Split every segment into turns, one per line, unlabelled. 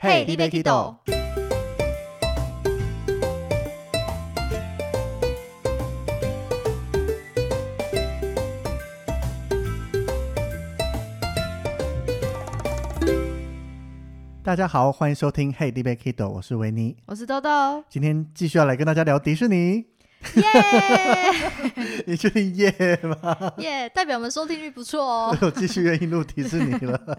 嘿，你别 Kido。大家好，欢迎收听 Hey, d b Kido，我是维尼。
我是豆豆，
今天继续要来跟大家聊迪士尼，
耶
你确定耶吗？
耶，代表我们收听率不错 哦。
我继续愿意录迪士尼 了。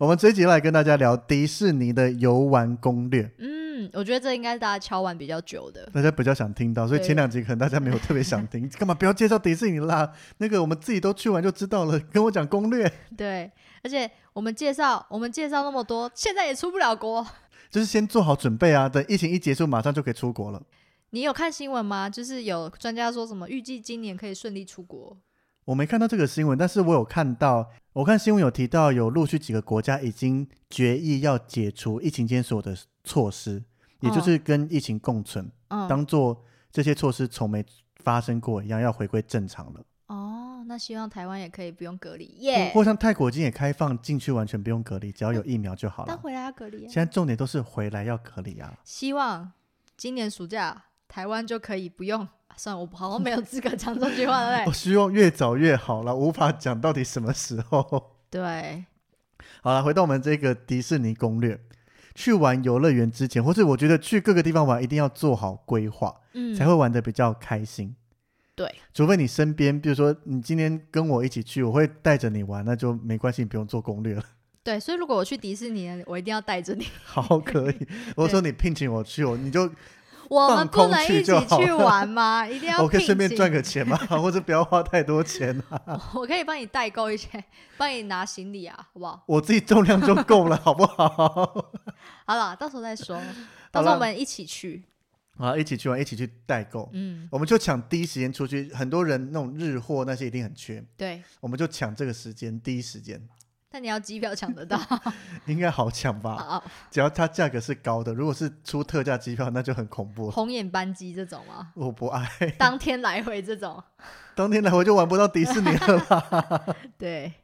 我们这一集来跟大家聊迪士尼的游玩攻略，
嗯，我觉得这应该是大家敲完比较 久的。
大家比较想听到，所以
对
前两集可能大家没有特别想听， 干嘛不要介绍迪士尼啦？那个我们自己都去玩就知道了， 跟我讲攻略。
对，而且我们介绍，我们介绍那么多，现在也出不了国。
就是先做好准备啊，等疫情一结束，马上就可以出国了。
你有看新闻吗？就是有专家说什么预计今年可以顺利出国。
我没看到这个新闻，但是我有看到，我看新闻有提到，有陆续几个国家已经决议要解除疫情间所有的措施，也就是跟疫情共存，
嗯，
当做这些措施从没发生过一样，要回归正常了。
哦，那希望台湾也可以不用隔离耶。
或像泰国已经也开放，进去完全不用隔离，只要有疫苗就好
但
了。
回来要隔离耶。
现在重点都是回来要隔离啊！
希望今年暑假台湾就可以不用。啊算了，我好像没有资格讲这句话，对
我
不对？
希望哦越早越好了，无法讲到底什么时候。
对，
好了，回到我们这个迪士尼攻略，去玩游乐园之前，或是我觉得去各个地方玩，一定要做好规划，
嗯，
才会玩的比较开心。
对，
除非你身边，比如说你今天跟我一起去，我会带着你玩，那就没关系，你不用做攻略了。
对，所以如果我去迪士尼，我一定要带着你。
好，可 以。我说你聘请我去，我你就
我
放
们不
空
能
去
一
就
起
好
去
了
玩 吗？一定要
我可以
聘
顺便
请哦
赚个钱嘛， 或者不要花太多钱 啊。
我可以帮你代购一些，帮你拿行李啊，好不好？
我自己重量就够了，好不好？
好了，到时候 再说，
好
到时
啦
候我们一起去。
好，啊一起去玩，一起去代购。
嗯，
我们就抢第一时间出去，很多人那种日货那些一定很缺。
对，
我们就抢这个时间，第一时间
但你要机票抢得到
应该 好抢吧？
啊，
只要它价格是高的，如果是出特价机票，那就很恐怖了。
红眼班机这种吗？
我不爱，
当天来回这种，
当天来我就玩不到迪士尼了 啦。
对，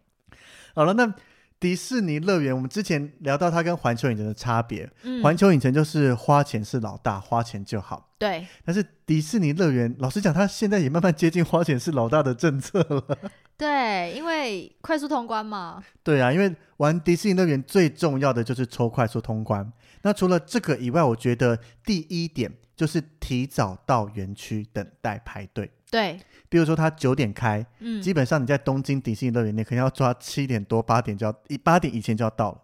好了，那迪士尼乐园，我们之前聊到它跟环球影城的差别。
嗯，
环球影城就是花钱是老大，花钱就好。
对
但是迪士尼乐园，老实讲，它现在也慢慢接近花钱是老大的政策了。
对，因为快速通关嘛，
对啊，因为玩迪士尼乐园最重要的就是抽快速通关。那除了这个以外，我觉得第一点就是提早到园区等待排队。
对，
比如说，它九点开，
嗯，
基本上你在东京迪士尼乐园，你可能要抓七点多、八点就要，一八点以前就要到了。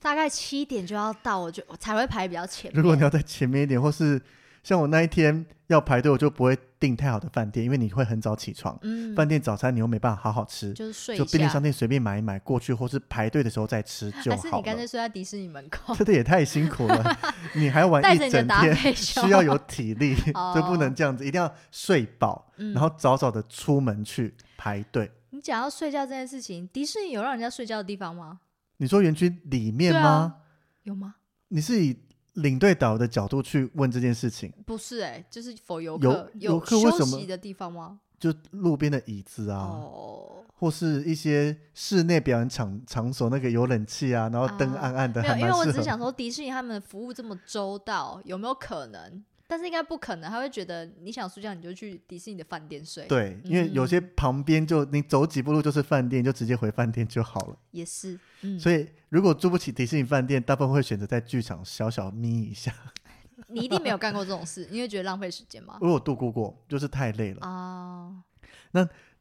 大概七点就要到，我就我才会排比较前面。
如果你要在前面一点，或是像我那一天要排队，我就不会订太好的饭店，因为你会很早起床，
嗯，
饭店早餐你又没办法好好吃，
就是睡
就
一
便利
下
商，店随便买一买过去，或是排队的时候再吃就
还
好
是
了
你干脆睡在迪士尼门 口，
真的也太辛苦 了，你还玩
带
一
着你的
整
搭
天，
配去
需要有体力，就不能
哦
这样子，一定要睡饱，
嗯
然后早早的出门去排队。
你讲到睡觉这件事情，迪士尼有让人家睡觉的地方吗？
你说园区里面
对
吗？
啊有吗？
你是以领队导游的角度去问这件事情，
不是哎、就是否游
游
客
游客为
休
什么
息的地方吗？
就路边的椅子啊，
哦，
或是一些室内表演场场所那个有冷气啊，然后灯
啊
暗暗的，
没
还
有，因
蛮
为我
适
只
合。
想说迪士尼他们的服务这么周到，有没有可能？但是应该不可能，他会觉得你想睡觉你就去迪士尼的饭店睡。，
对，因为有些旁边就你走几步路就是饭店，就直接回饭店就好了。
也是，嗯，
所以如果住不起迪士尼饭店，大部分会选择在剧场小小眯一下。
哦你一定没有干过这种事，因为觉得浪费时间嘛。
我有度过过，就是太累了。
啊，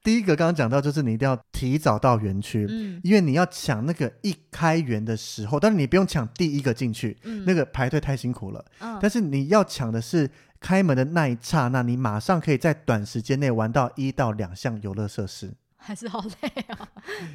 第一个刚刚讲到，就是你一定要提早到园区，
嗯
因为你要抢那个一开园的时候，但是你不用抢第一个进去，
嗯，
那个排队太辛苦了。
嗯
但是你要抢的是开门的那一刹那，你马上可以在短时间内玩到一到两项游乐设施。
还是好累啊。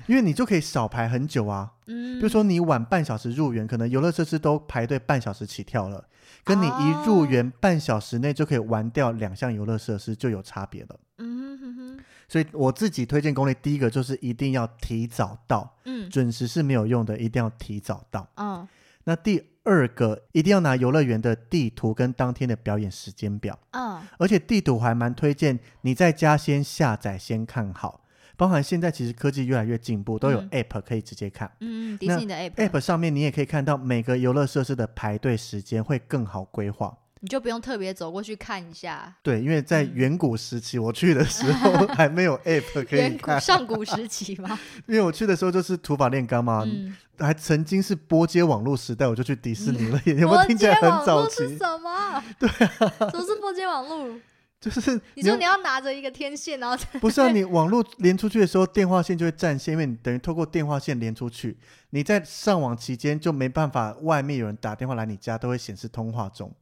因为你就可以少排很久啊。
嗯
比如说你晚半小时入园，可能游乐设施都排队半小时起跳了，跟你一入园半小时内就可以玩掉两项游乐设施就有差别了。
嗯哼哼哼
所以我自己推荐攻略，第一个就是一定要提早到，
嗯
准时是没有用的，一定要提早到。
哦
那第二个，一定要拿游乐园的地图跟当天的表演时间表，
哦
而且地图还蛮推荐你在家先下载先看好，包含现在其实科技越来越进步，都有
嗯
App 可以直接看。
嗯，迪
那
士尼的 app，,
App 上面你也可以看到每个游乐设施的排队时间会更好规划。
你就不用特别走过去看一下。
对，因为在
嗯
远古时期，我去的时候 还没有 App 可以
远古
看，
上古时期 嘛，
因为我去的时候就是土法炼钢嘛，
嗯，
还曾经是拨接网络时代，我就去迪士尼了， 有没
拨
有听起
接
来很
网
早
络是
期？
什么？对啊， 什么是拨接网络？
就是
你说
要
你要拿着一个天线，然后 再
不是啊，你网络连出去的时候，电话线就会占线，因为你等于透过电话线连出去，你在上网期间就没办法，外面有人打电话来你家都会显示通话中，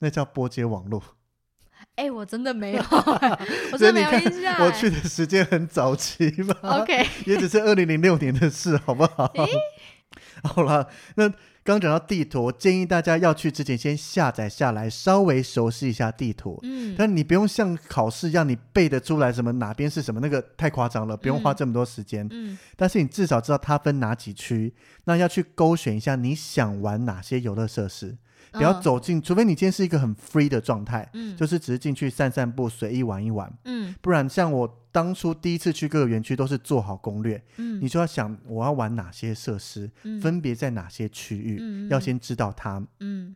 那叫拨接网络。
哎、我真的 没有、 我真的没有印象、欸
我去的时间很早期嘛
OK，
也只是二零零六年的事，好不好？好啦，那刚讲到地图，我建议大家要去之前先下载下来，稍微熟悉一下地图。
嗯，
但你不用像考试一样，你背得出来什么哪边是什么，那个太夸张了，不用花这么多时间。
嗯
但是你至少知道它分哪几区，那要去勾选一下你想玩哪些游乐设施，不要
嗯
走进，除非你今天是一个很 free 的状态，
嗯，
就是只是进去散散步，随意玩一玩。
嗯
不然像我当初第一次去各个园区都是做好攻略，
嗯，
你就要想我要玩哪些设施，
嗯
分别在哪些区域，
嗯嗯
要先知道它。
嗯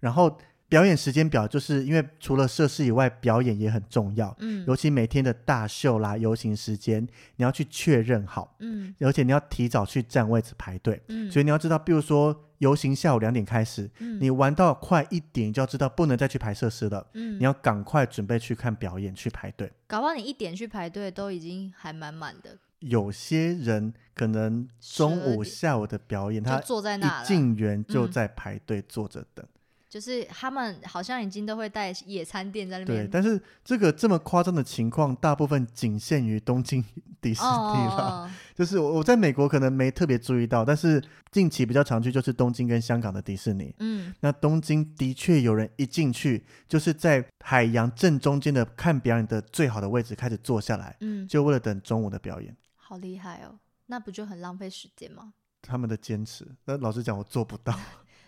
然后表演时间表，就是因为除了设施以外，表演也很重要，
嗯
尤其每天的大秀啦、游行时间，你要去确认好，
嗯
而且你要提早去占位置排队。
嗯，
所以你要知道，比如说游行下午两点开始，
嗯
你玩到快一点，你就要知道不能再去排设施了，
嗯
你要赶快准备去看表演，去排队。
搞不好你一点去排队都已经还满满的，
有些人可能中
12
午、
点
下午的表演，他
就坐在那
一
了。
进园就
嗯
在排队坐着等。
就是他们好像已经都会带野餐垫在那
对，
边。
但是这个这么夸张的情况，大部分仅限于东京迪士尼啦。
哦，
就是我我在美国可能没特别注意到，但是近期比较常去就是东京跟香港的迪士尼。
嗯
那东京的确有人一进去，就是在海洋正中间的看表演的最好的位置开始坐下来，
嗯，
就为了等中午的表演。
好厉害哦，那不就很浪费时间吗？
他们的坚持，那老实讲，我做不到。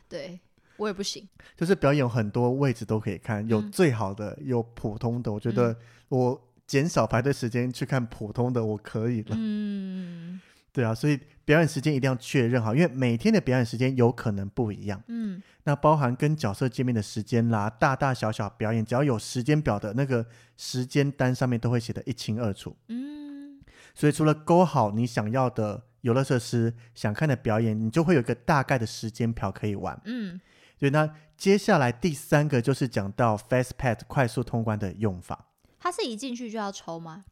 对我也不行。
就是表演有很多位置都可以看，有
嗯
最好的，有普通的。我觉得我减少排队时间去看普通的，我可以了。
嗯
对啊，所以表演时间一定要确认好，因为每天的表演时间有可能不一样。
嗯
那包含跟角色见面的时间啦，大大小小表演，只要有时间表的那个时间单上面都会写得一清二楚。
嗯
所以除了勾好你想要的游乐设施、想看的表演，你就会有一个大概的时间表可以玩。
嗯
对，那接下来第三个就是讲到 FastPass 快速通关的用法。
他是一进去就要抽吗？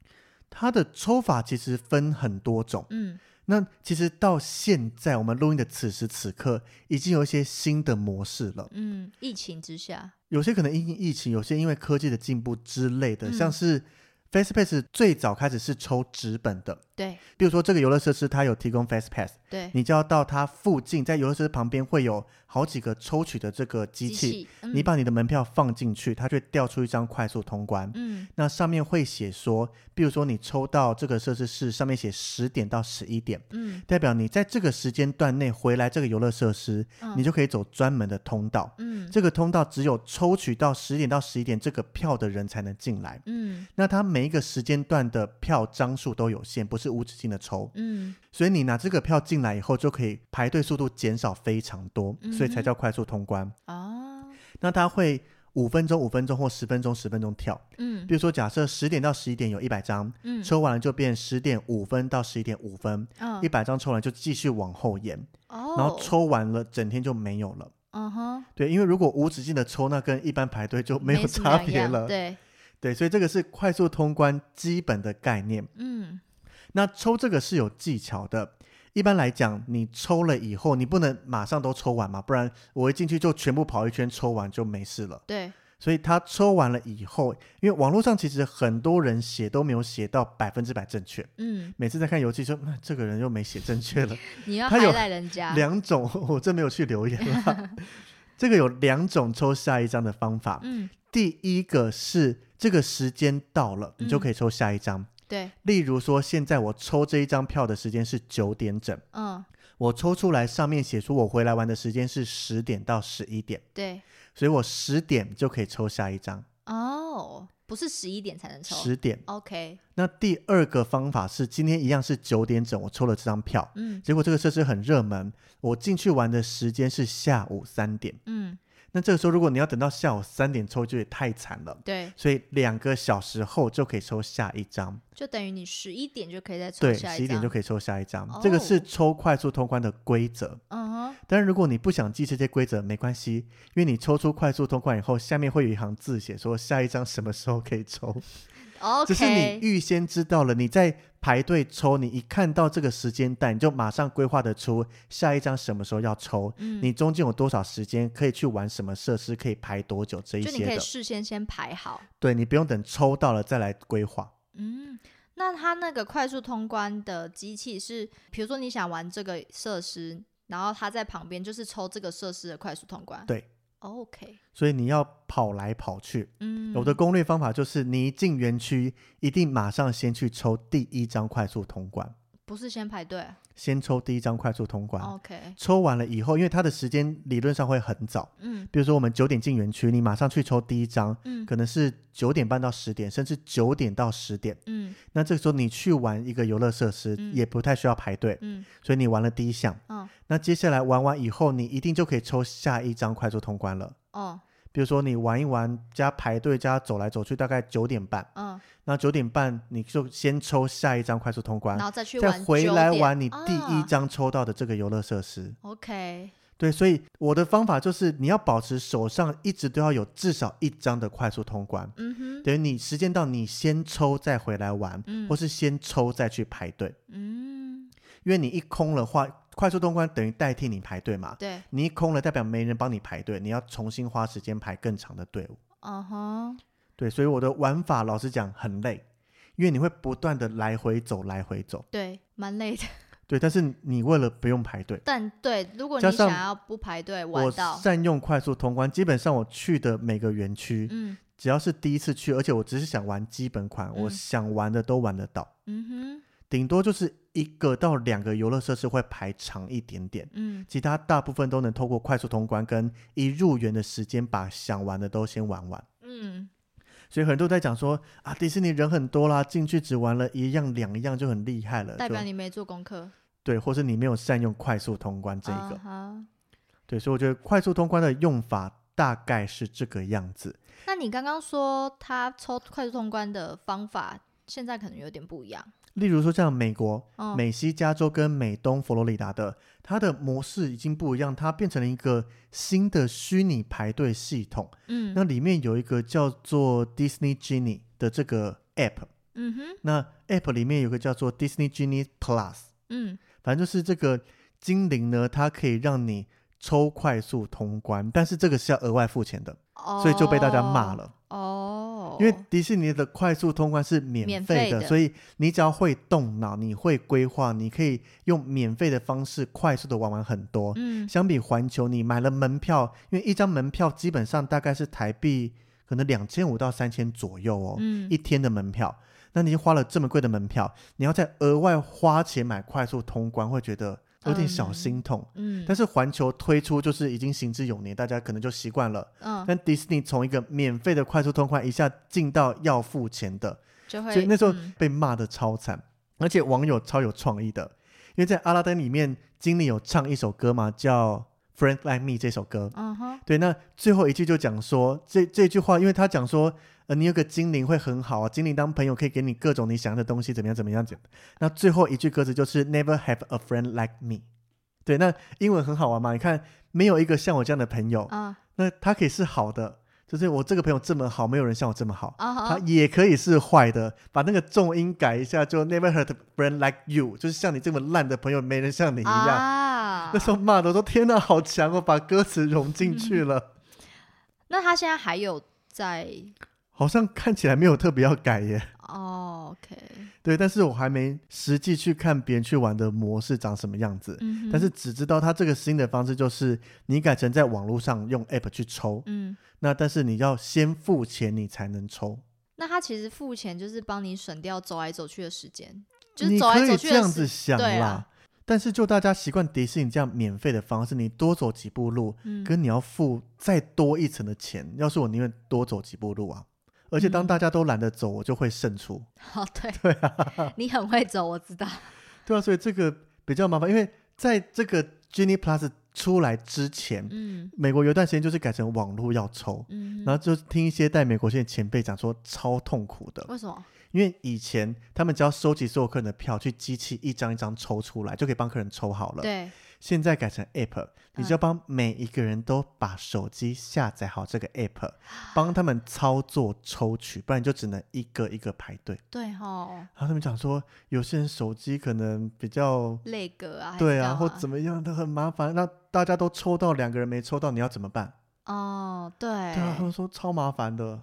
它的抽法其实分很多种。
嗯
那其实到现在我们录音的此时此刻，已经有一些新的模式了。
嗯，疫情之下，
有些可能因疫情，有些因为科技的进步之类的，
嗯
像是 FastPass 最早开始是抽纸本的。
对
比如说，这个游乐设施它有提供 FastPass，
对，
你就要到它附近，在游乐设施旁边会有好几个抽取的这个机器，
嗯
你把你的门票放进去，它就会调出一张快速通关。
嗯
那上面会写说，比如说你抽到这个设施是上面写十点到十一点，
嗯
代表你在这个时间段内回来这个游乐设施，
嗯
你就可以走专门的通道。
嗯
这个通道只有抽取到十点到十一点这个票的人才能进来。
嗯
那它每一个时间段的票张数都有限，不是无止境的抽，
嗯
所以你拿这个票进来以后，就可以排队速度减少非常多，所以才
嗯哼
叫快速通关。
啊
那它会五分钟、五分钟或十分钟、十分钟跳。
嗯
比如说，假设十点到十一点有一百张，
嗯
抽完了就变十点五分到十一点五分，
嗯
一百张抽完就继续往后延，
哦，
然后抽完了整天就没有了。
嗯哼
对，因为如果无止境的抽，那跟一般排队就没有
什么
差
两
别
样
了。
对，
对，所以这个是快速通关基本的概念。
嗯
那抽这个是有技巧的。一般来讲，你抽了以后，你不能马上都抽完嘛，不然我一进去就全部跑一圈抽完就没事了。
对，
所以他抽完了以后，因为网络上其实很多人写都没有写到百分之百正确，
嗯，
每次在看邮寄说，嗯这个人又没写正确了，
你要
他有
highlight 人家，
两种，我真没有去留言了。 这个有两种抽下一张的方法，
嗯，
第一个是这个时间到了，你就
嗯
可以抽下一张。
对，
例如说，现在我抽这一张票的时间是九点整，
嗯，
我抽出来上面写出我回来玩的时间是十点到十一点，
对，
所以我十点就可以抽下一张。
哦，不是十一点才能抽
十点。
，OK，
那第二个方法是，今天一样是九点整，我抽了这张票，
嗯
结果这个设施很热门，我进去玩的时间是下午三点。
嗯，
那这个时候，如果你要等到下午三点抽，就也太惨了。
对，
所以两个小时后就可以抽下一张，
就等于你十一点就可以再抽
对，
下
十
一
一点
张，
就可以抽下一张。这个是
哦
抽快速通关的规则。
嗯哼，
但是如果你不想记这些规则，没关系，因为你抽出快速通关以后，下面会有一行字写说下一张什么时候可以抽，只是你
OK，
预先知道了，你在排队抽，你一看到这个时间带，你就马上规划得出下一张什么时候要抽，
嗯
你中间有多少时间可以去玩什么设施，可以排多久这一
就你可
些
以
的，
事先先排好，
对你不用等抽到了再来规划。
嗯，那它那个快速通关的机器是，比如说你想玩这个设施，然后它在旁边就是抽这个设施的快速通关。
对
，OK，
所以你要跑来跑去。
嗯，
我的攻略方法就是，你一进园区，一定马上先去抽第一张快速通关，
不是先排
啊
队、
先抽第一张快速通关。
o k
抽完了以后，因为它的时间理论上会很早，
嗯
比如说我们九点进园区，你马上去抽第一张，
嗯
可能是九点半到十点，甚至九点到十点。
嗯
那这个时候你去玩一个游乐设施，
嗯
也不太需要排队，
嗯
所以你玩了第一项。
嗯
那接下来玩完以后，你一定就可以抽下一张快速通关了。
哦
比如说你玩一玩加排队加走来走去，大概九点半，
嗯，
那九点半你就先抽下一张快速通关
然，后再去
再
玩
回
9
来
点
玩你第一
啊
张抽到的这个游乐设施。
OK，
对，所以我的方法就是你要保持手上一直都要有至少一张的快速通关，
嗯哼，
等于你时间到你先抽再回来玩，
嗯
或是先抽再去排队，
嗯，
因为你一空了话，快速通关等于代替你排队嘛。
对，
你一空了，代表没人帮你排队，你要重新花时间排更长的队伍。
嗯哼，
对，所以我的玩法老实讲很累，因为你会不断的来回走，来回走。
对，蛮累的。
对，但是你为了不用排队，
但对，如果
加
你想
上
要不排队玩
我
到，
善用快速通关，基本上我去的每个园区，
嗯
只要是第一次去，而且我只是想玩基本款，
嗯
我想玩的都玩得到，
嗯哼，
顶多就是一个到两个游乐设施会排长一点点。
嗯
其他大部分都能透过快速通关跟一入园的时间，把想玩的都先玩完。
嗯。
所以很多人都在讲说啊，迪士尼人很多啦，进去只玩了一样两样就很厉害了，
代表
就
你没做功课。
对，或是你没有善用快速通关这一个。
啊哈
对，所以我觉得快速通关的用法大概是这个样子。
那你刚刚说他抽快速通关的方法，现在可能有点不一样。
例如说，像美国、
嗯，
美西加州跟美东佛罗里达的，它的模式已经不一样，它变成了一个新的虚拟排队系统。
嗯
那里面有一个叫做 Disney Genie 的这个 app，
嗯哼
那 app 里面有个叫做 Disney Genie Plus，
嗯
反正就是这个精灵呢，它可以让你抽快速通关，但是这个是要额外付钱的，
哦，
所以就被大家骂了。
哦，
因为迪士尼的快速通关是免
免
费
费
的，
的
所以你只要会动脑，你会规划，你可以用免费的方式快速的玩完很多。
嗯
相比环球，你买了门票，因为一张门票基本上大概是台币可能两千五到三千左右哦，
嗯
一天的门票。那你花了这么贵的门票，你要再额外花钱买快速通关，会觉得有点小
嗯
心痛。
嗯，
但是环球推出就是已经行之有年，大家可能就习惯了。
嗯
但迪士尼从一个免费的快速通关一下进到要付钱的，
就会
所以那时候
嗯
被骂的超惨，而且网友超有创意的，因为在阿拉丁里面，经理有唱一首歌嘛，叫《Friend Like Me》这首歌。
嗯哼
对，那最后一句就讲说这这句话，因为他讲说，呃，你有个精灵会很好啊，精灵当朋友可以给你各种你想要的东西，怎么样怎么样怎么样。那最后一句歌词就是 Never have a friend like me。对，那英文很好玩嘛，你看没有一个像我这样的朋友，
啊
那他可以是好的，就是我这个朋友这么好，没有人像我这么好。
啊
他
哈
也可以是坏的，把那个重音改一下，就 Never heard a friend like you，就是像你这么烂的朋友，没人像你一样。
啊
那，时候
嗯
骂的我说天哪，好强哦，把歌词融进去了。
那他现在还有在
好像看起来没有特别要改耶。
哦，OK，
对，但是我还没实际去看别人去玩的模式长什么样子，
嗯哼，
但是只知道它这个新的方式就是你改成在网络上用 App 去抽，
嗯，
那但是你要先付钱你才能抽，
那他其实付钱就是帮你省掉走来走去的时间，就
你
是走
可
来
以
走去
这
的
样
时
子想
对
啦。
啊
但是就大家习惯迪士尼这样免费的方式，你多走几步路，
嗯
跟你要付再多一层的钱。要是我宁愿多走几步路啊！而且当
嗯
大家都懒得走，我就会胜出。
哦，对，
啊
你很会走，我知道。
对啊，所以这个比较麻烦，因为在这个 Genie Plus 出来之前，
嗯
美国有一段时间就是改成网络要抽，
嗯
然后
哼，
就听一些带美国线的前辈讲说超痛苦的，
为什么？
因为以前他们只要收集所有客人的票，去机器一张一张抽出来，就可以帮客人抽好了。
对，
现在改成 App，你就要帮每一个人都把手机下载好这个 App，帮他们操作抽取，不然你就只能一个一个排队。
对吼，
然后他们讲说，有些人手机可能比较
累格啊，还是
对啊，
干
或
嘛
怎么样，他很麻烦。那大家都抽到，两个人没抽到，你要怎么办？
哦，对，
对啊，他们说超麻烦的。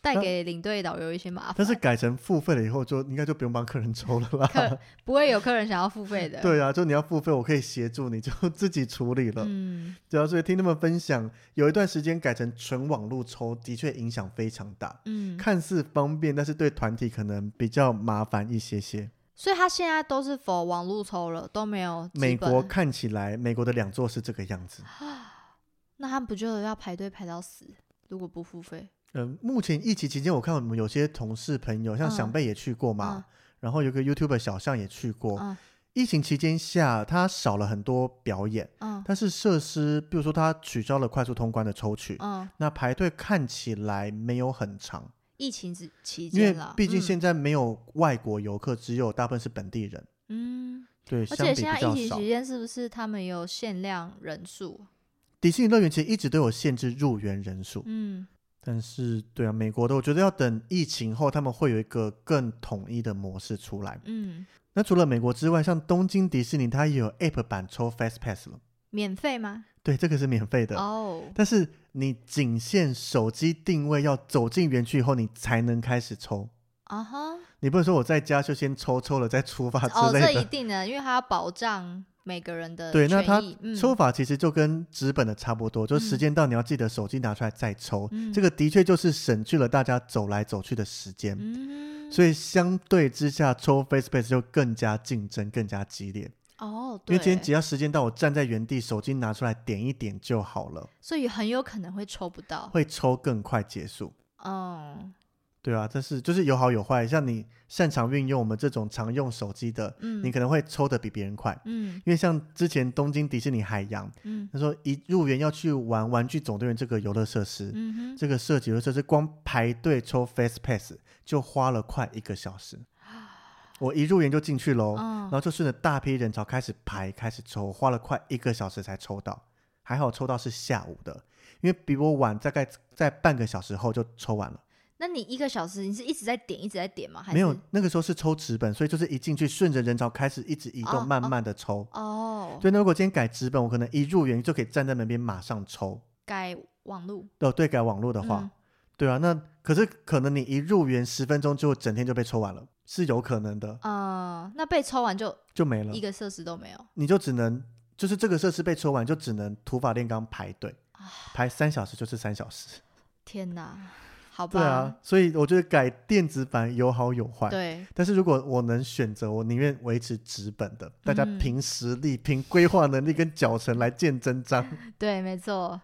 带
那
给领队导游一些麻烦，
但是改成付费了以后就，应该就不用帮客人抽了
客
啦。
不会有客人想要付费的，，
对啊，就你要付费，我可以协助你，就自己处理了。
嗯，
对啊，所以听他们分享，有一段时间改成纯网络抽，的确影响非常大。
嗯，
看似方便，但是对团体可能比较麻烦一些些。
所以他现在都是否网路抽了，都没有基
美国
本，
看起来，美国的两座是这个样子。
啊那他们不就要排队排到死？如果不付费，
呃，目前疫情期间，我看我们有些同事朋友，像
嗯
想贝也去过嘛，
嗯
然后有个 YouTuber 小象也去过。
嗯
疫情期间下，他少了很多表演，
嗯
但是设施，比如说他取消了快速通关的抽取，
嗯，
那排队看起来没有很长，
疫情之期
因为
间啦，
毕竟
嗯
现在没有外国游客，只有大部分是本地人，
嗯，
对，
而
相
且
比比
现在疫
较
情
少
期。间是不是他们有限量人数？
迪士尼乐园其实一直都有限制入园人数，
嗯，
但是对啊，美国的我觉得要等疫情后，他们会有一个更统一的模式出来。
嗯，
那除了美国之外，像东京迪士尼，它也有 App 版抽 Fast Pass 了。
免费吗？
对，这个是免费的，
哦，
但是你仅限手机定位，要走进园区以后，你才能开始抽。
啊哈，
你不能说我在家就先抽抽了再出发
哦，
之
这
类
一
的。
定的，因为他要保障每个人的
对，那
权
它
益嗯
抽法其实就跟纸本的差不多，就是时间到你要记得手机拿出来再抽。
嗯
这个的确就是省去了大家走来走去的时间，
嗯，
所以相对之下，抽 Face Pass 就更加竞争、更加激烈。
哦，
因
对，
为今天只要时间到，我站在原地，手机拿出来点一点就好了，
所以很有可能会抽不到。
会抽更快结束。
嗯
对啊，但是就是有好有坏。像你擅长运用我们这种常用手机的，
嗯，
你可能会抽的比别人快。
嗯
因为像之前东京迪士尼海洋，
嗯
他说一入园要去玩《玩具总动员》这个游乐设施，
嗯哼，
这个设计游乐设施光排队抽 Fast Pass 就花了快一个小时。
啊
我一入园就进去喽，然
嗯
后就顺着大批人潮开始排，开始抽，花了快一个小时才抽到，还好抽到是下午的，因为比我晚大概在半个小时后就抽完了。
那你一个小时你是一直在点一直在点吗？还是
没有，那个时候是抽纸本，所以就是一进去顺着人潮开始一直移
哦
动，慢慢的抽。
哦，
对，那如果今天改纸本，我可能一入园就可以站在门边马上抽。
改网路
哦，对，改网络的话，
嗯
对啊，那可是可能你一入园十分钟之后，整天就被抽完了，是有可能的，
嗯，那被抽完就
就没了
一，个设施都没有
你就只能就是这个设施被抽完，就只能土法炼钢排队，
啊！
排三小时就是三小时。
天哪，好吧，
对啊，所以我觉得改电子版有好有坏。
对
但是如果我能选择，我宁愿维持纸本的，大家
嗯
凭实力、凭规划能力跟脚程来见真章。
对，没错，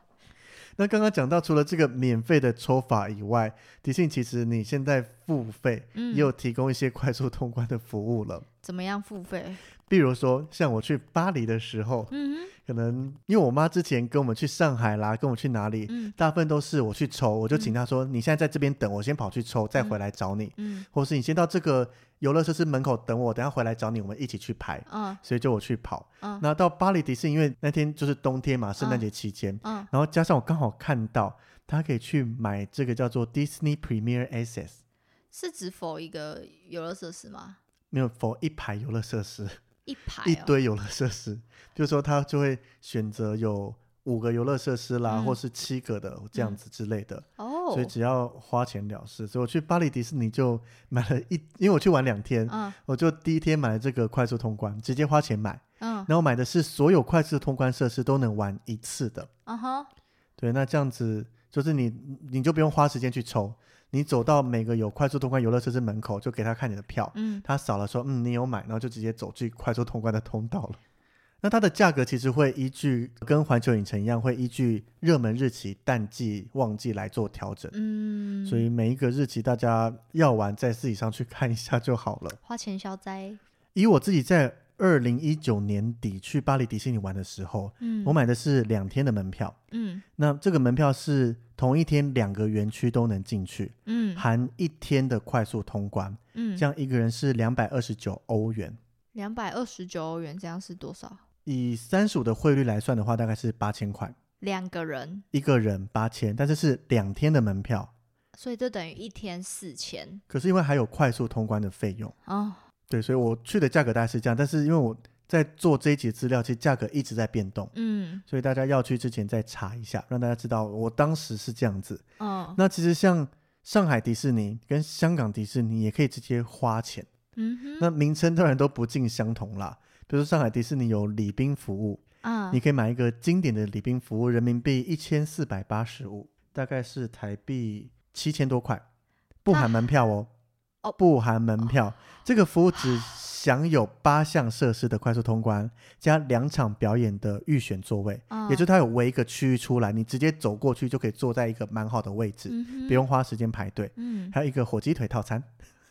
那刚刚讲到，除了这个免费的抽法以外，迪信其实你现在付费也
嗯
有提供一些快速通关的服务了。
怎么样付费？
比如说，像我去巴黎的时候，
嗯哼
可能因为我妈之前跟我们去上海啦，跟我去哪里，
嗯
大部分都是我去抽，我就请她说：“你现在在这边等我，先跑去抽，再
嗯
回来找你。
嗯
或是你先到这个游乐设施门口等我，等下回来找你，我们一起去排。
嗯
所以就我去跑。
嗯
那到巴黎迪士尼，因为那天就是冬天嘛，圣诞节期间，
嗯，
然后加上我刚好看到他可以去买这个叫做 Disney Premier Access，
是指否一个游乐设施吗？
没有 for 一排游乐设施，
一排、哦、
一堆游乐设施，就是说他就会选择有五个游乐设施啦，
嗯
或是七个的这样子之类的。
哦，哦
所以只要花钱了事。所以我去巴黎迪士尼就买了一，因为我去玩两天，
嗯
我就第一天买了这个快速通关，直接花钱买，
嗯
然后买的是所有快速通关设施都能玩一次的。
嗯哼，
对，那这样子就是你你就不用花时间去抽，你走到每个有快速通关游乐设施门口，就给他看你的票，
嗯
他扫了说嗯你有买，然后就直接走去快速通关的通道了。那它的价格其实会依据跟环球影城一样，会依据热门日期、淡季、旺季来做调整。
嗯，
所以每一个日期大家要玩，在自己上去看一下就好了。
花钱消灾，
以我自己在二零一九年底去巴黎迪士尼玩的时候，
嗯，
我买的是两天的门票，
嗯
那这个门票是同一天两个园区都能进去，
嗯
含一天的快速通关，
嗯，
这样一个人是两百二十九欧元。
两百二十九欧元，这样是多少？
以三十五的汇率来算的话，大概是八千块
两个人，
一个人八千，但是是两天的门票，
所以这等于一天四千
可是因为还有快速通关的费用，
哦。
对，所以我去的价格大概是这样。但是因为我在做这一集资料，其实价格一直在变动，
嗯
所以大家要去之前再查一下，让大家知道我当时是这样子。
哦
那其实像上海迪士尼跟香港迪士尼也可以直接花钱，
嗯哼
那名称当然都不尽相同啦。比如说上海迪士尼有礼宾服务，
啊
你可以买一个经典的礼宾服务，人民币一千四百八十五，大概是台币七千多块，不含门票哦。
哦
不含门票，这个服务只享有八项设施的快速通关，加两场表演的预选座位，
哦
也就是它有围一个区域出来，你直接走过去就可以坐在一个蛮好的位置，
嗯哼
不用花时间排队。
嗯
还有一个火鸡腿套餐。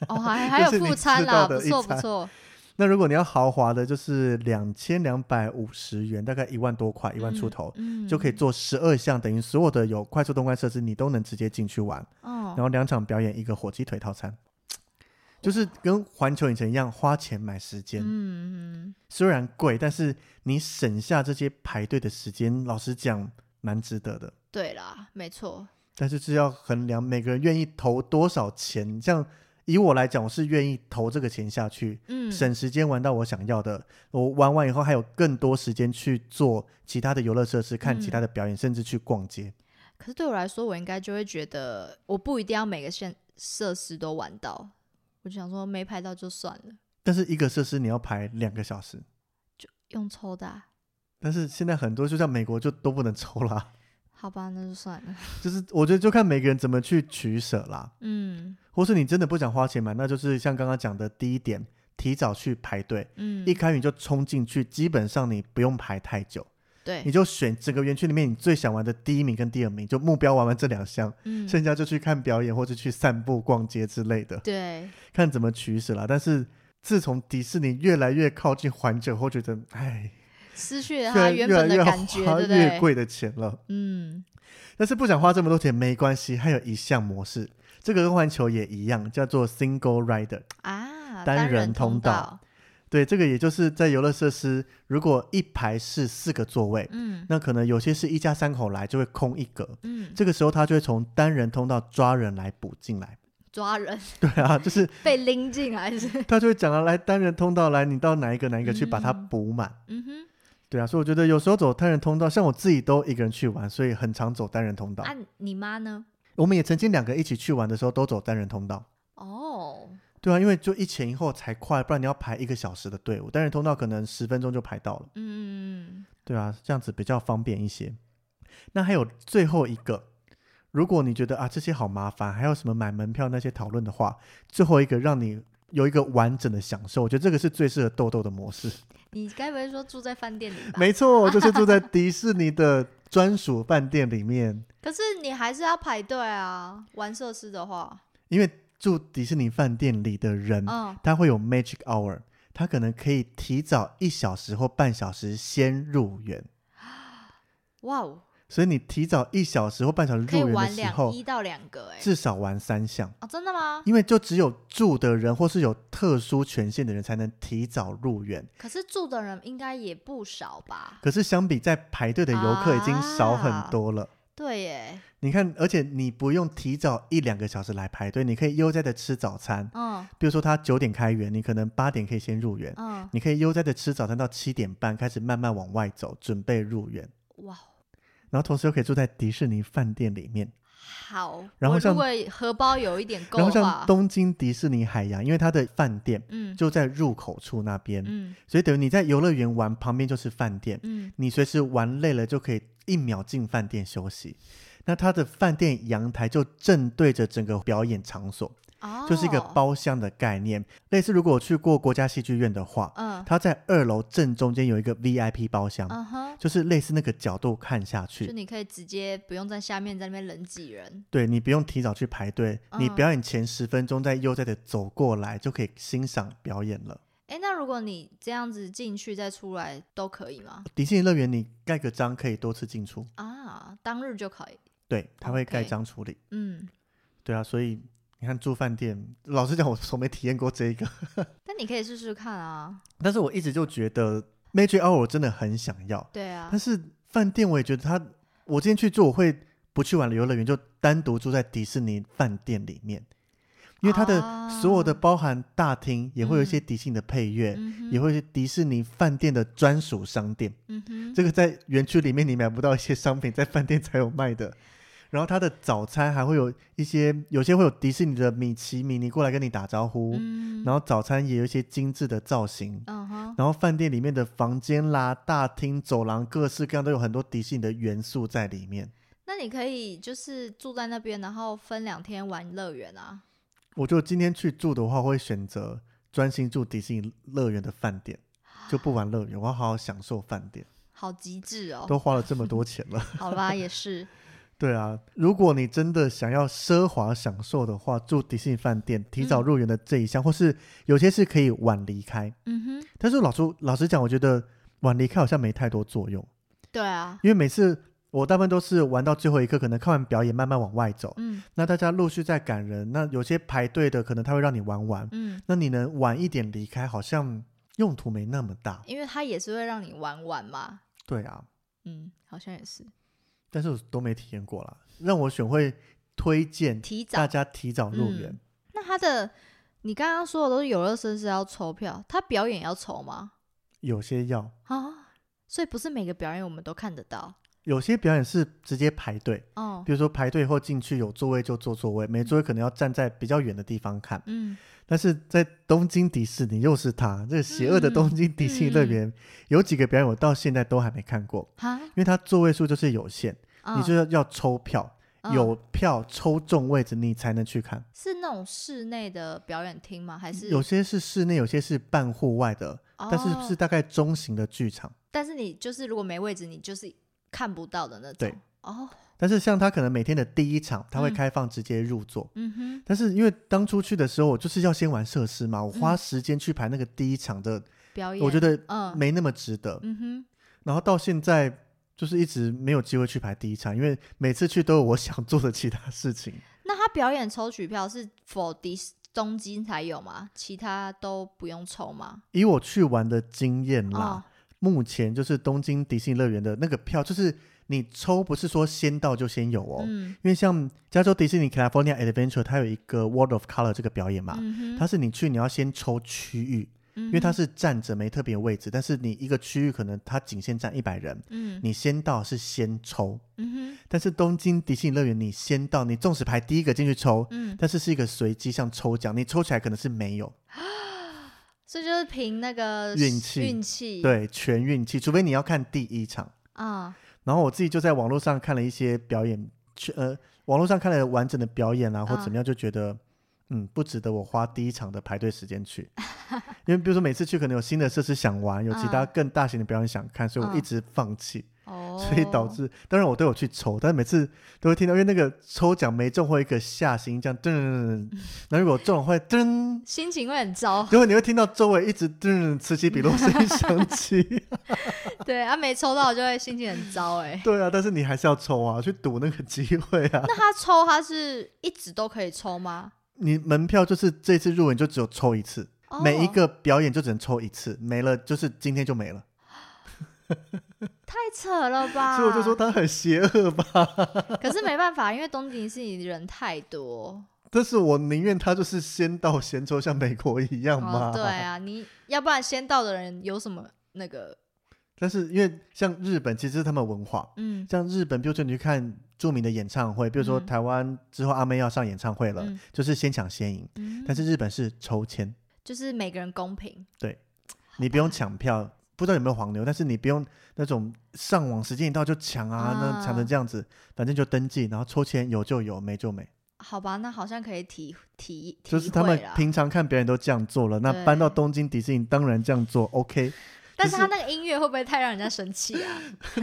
哦 还还有
就是你
副餐
吃到
啦，
的
不
一
错不
餐
错，
那如果你要豪华的，就是两千两百五十元，大概一万多块，一万出头，
嗯
就可以做十二项，等于所有的有快速通关设施，你都能直接进去玩。
哦
然后两场表演，一个火鸡腿套餐，就是跟环球影城一样，花钱买时间，
嗯嗯
虽然贵，但是你省下这些排队的时间，老实讲，蛮值得的。
对啦，没错，
但是是要衡量每个人愿意投多少钱。像以我来讲，我是愿意投这个钱下去，
嗯
省时间玩到我想要的。我玩完以后还有更多时间去做其他的游乐设施，
嗯
看其他的表演，甚至去逛街。
可是对我来说，我应该就会觉得我不一定要每个现设施都玩到，我就想说没排到就算了，
但是一个设施你要排两个小时，
用抽的啊、
但是现在很多就像美国就都不能抽啦，
好吧，那就算了。
就是我觉得就看每个人怎么去取舍啦。
嗯
或是你真的不想花钱买，那就是像刚刚讲的第一点，提早去排队，
嗯，
一开园就冲进去，基本上你不用排太久。你
对，
就选整个园区里面你最想玩的第一名跟第二名，就目标玩完这两项，
嗯
剩下就去看表演或者去散步、逛街之类的，
对，
看怎么取舍啦。但是自从迪士尼越来越靠近环球后，觉得哎，
失去
虽
了它
然
啊原
越来
本
越
的
要
感觉，
花
对不
越
对？
贵的钱了，
嗯
但是不想花这么多钱没关系，还有一项模式，这个跟环球也一样，叫做 Single Rider。
啊，
单
单
人通
通
道，对，这个也就是在游乐设施，如果一排是四个座位，
嗯
那可能有些是一家三口来就会空一格，
嗯，
这个时候他就会从单人通道抓人来补进来。
抓人
对啊，就是
被拎进来 是，
他就会讲啊，来单人通道来，你到哪一个哪一个去把它
嗯
补满。
嗯
对啊，所以我觉得有时候走单人通道，像我自己都一个人去玩，所以很常走单人通道。
哼，啊，你妈呢？
我们也曾经两个一起去玩的时候都走单人通道。
哦，
对啊，因为就一前一后才快，不然你要排一个小时的队伍，单人通道可能十分钟就排到了。
嗯，
对啊，这样子比较方便一些。那还有最后一个，如果你觉得啊这些好麻烦，还有什么买门票那些讨论的话，最后一个让你有一个完整的享受，我觉得这个是最适合豆豆的模式。
你该不会说住在饭店里吧？
没错，就是住在迪士尼的专属饭店里面，
可是你还是要排队啊，玩设施的话，
因为住迪士尼饭店里的人，
嗯
他会有 magic hour，他可能可以提早一小时或半小时先入园。
哇哦，
所以你提早一小时或半小时
可以
入园的
玩
时
两
候
一，到两个哎、
至少玩三项。
哦，真的吗？
因为就只有住的人或是有特殊权限的人才能提早入园。
可是住的人应该也不少吧？
可是相比在排队的游客已经少很多
啊
了。
对耶，
你看，而且你不用提早一两个小时来排队，你可以悠哉的吃早餐。
嗯
比如说，他九点开园，你可能八点可以先入园，
嗯，
你可以悠哉的吃早餐到七点半，开始慢慢往外走，准备入园。
哇，哦
然后同时又可以住在迪士尼饭店里面，
好，
然后
我
像
如果荷包有一点够
然后
的
像
话，
东京迪士尼海洋，因为它的饭店
嗯
就在入口处那边，
嗯
所以等于你在游乐园玩，旁边就是饭店，
嗯
你随时玩累了就可以一秒进饭店休息。那它的饭店阳台就正对着整个表演场所，
哦，
就是一个包厢的概念。类似如果我去过国家戏剧院的话，
嗯
它在二楼正中间有一个 VIP 包厢，
嗯哼，
就是类似那个角度看下去
就。你可以直接不用在下面在那边人挤人，
对你不用提早去排队，你
嗯
表演前十分钟再悠哉的走过来就可以欣赏表演了。
哎，那如果你这样子进去再出来都可以吗？
迪士尼乐园你盖个章可以多次进出，
啊，当日就可以。
对，他会盖
OK
章处理。
嗯，
对啊，所以你看住饭店，老实讲我从没体验过这一个，
但你可以试试看啊。
但是我一直就觉得 Magic Hour 我真的很想要，
对啊
但，是饭店我也觉得它，我今天去住我会不去玩游乐园，就单独住在迪士尼饭店里面，因为它的所有的
啊
包含大厅也会有一些迪士尼的配乐，
嗯哼
也会是迪士尼饭店的专属商店，
嗯哼，
这个在园区里面你买不到一些商品，在饭店才有卖的。然后它的早餐还会有一些，有些会有迪士尼的米奇、米妮过来跟你打招呼，
嗯
然后早餐也有一些精致的造型，
嗯哼，
然后饭店里面的房间啦、大厅、走廊，各式各样都有很多迪士尼的元素在里面。
那你可以就是住在那边，然后分两天玩乐园啊。
我就今天去住的话，会选择专心住迪士尼乐园的饭店，就不玩乐园，我要好好享受饭店。
好极致哦！
都花了这么多钱了，
好吧，也是，
对啊。如果你真的想要奢华享受的话，住迪士尼饭店，提早入园的这一项，或是有些是可以晚离开。
嗯哼，
但是老叔老实讲，我觉得晚离开好像没太多作用，
对啊，
因为每次我大部分都是玩到最后一刻，可能看完表演慢慢往外走，
嗯
那大家陆续在赶人，那有些排队的可能他会让你玩完，
嗯，
那你能晚一点离开，好像用途没那么大。
因为它也是会让你玩玩嘛，
对啊，
嗯，好像也是
但是我都没体验过啦，让我选会推荐
提
大
早。
家提早入园。
嗯那它的你刚刚说的都是游乐设施要抽票，它表演要抽吗？
有些要，
啊，所以不是每个表演我们都看得到
有些表演是直接排队，
哦。
比如说排队后进去有座位就坐座位，没座位可能要站在比较远的地方看。
嗯，
但是在东京迪士尼又是他这个邪恶的
嗯
东京迪士尼乐园，有几个表演我到现在都还没看过，
哈，
因为它座位数就是有限。
嗯
你就是要抽票，
嗯
有票抽中位置你才能去看。
是那种室内的表演厅吗？还是
有些是室内，有些是半户外的，但是
哦
是大概中型的剧场。
但是你就是如果没位置，你就是看不到的那种。
对，
哦，
但是像他可能每天的第一场，他会
嗯
开放直接入座。
嗯哼，
但是因为当初去的时候，我就是要先玩设施嘛，我花时间去排那个第一场的，
嗯表演，
我觉
得，
得
嗯，
没那么值得。
嗯哼，
然后到现在就是一直没有机会去排第一场，因为每次去都有我想做的其他事情。
那他表演抽取票是否迪士东京才有吗？其他都不用抽吗？
以我去玩的经验啦，
哦，
目前就是东京迪士尼乐园的那个票，就是你抽不是说先到就先有哦，
嗯，
因为像加州迪士尼 California Adventure 它有一个 World of Color 这个表演嘛，
嗯哼，嗯
它是你去你要先抽区域，
因
因为它，是站着没特别位置，但是你一个区域可能它仅限站一百人，
嗯
你先到是先抽，
嗯哼，
但是东京迪士尼乐园你先到，你纵使排第一个进去抽，
嗯，
但是是一个随机像抽奖，你抽起来可能是没有，
所以就是凭那个
运气
运气，
对，全运气，除非你要看第一场。
啊，
然后我自己就在网络上看了一些表演，去呃，网络上看了完整的表演啊，或怎么样，就觉得嗯不值得我花第一场的排队时间去， 因为比如说每次去可能有新的设施想玩，有其他
嗯
更大型的表演想看，所以我一
嗯
直放弃，
哦，
所以导致当然我都有去抽，但是每次都会听到，因为那个抽奖没中会有一个下行这样噔噔
嗯
噔噔，那如果中了会噔。，
心情会很糟
结果你会听到周围一直噔此起彼落声音响起，
对啊，没抽到就会心情很糟哎。
对啊，但是你还是要抽啊，去赌那个机会啊。
那他抽他是一直都可以抽吗？
你门票就是这次入园就只有抽一次，
哦
每一个表演就只能抽一次，没了就是今天就没了。
太扯了吧！
所以我就说他很邪恶吧，
可是没办法，因为东迪士尼人太多。
但是我宁愿他就是先到先哦
哦
抽，像美国一样嘛。
啊哦，对啊，你要不然先到的人有什么那个
但是因为像日本，其实是他们文化。
嗯
像日本，比如说你去看著名的演唱会，比如说
嗯
台湾之后阿妹要上演唱会了，
嗯
就是先抢先赢。
嗯，
但是日本是抽签，
就是每个人公平，
你不用抢票，不知道有没有黄牛，但是你不用那种上网时间一到就抢啊，那抢成这样子，反正就登记，然后抽签有就有，没就没。
好吧？那好像可以体体体
就是他们
会啦
平常看别人都这样做了，那搬到东京迪士尼当然这样做 OK。
但是
就
他
是
那个音乐会不会太让人家生气啊？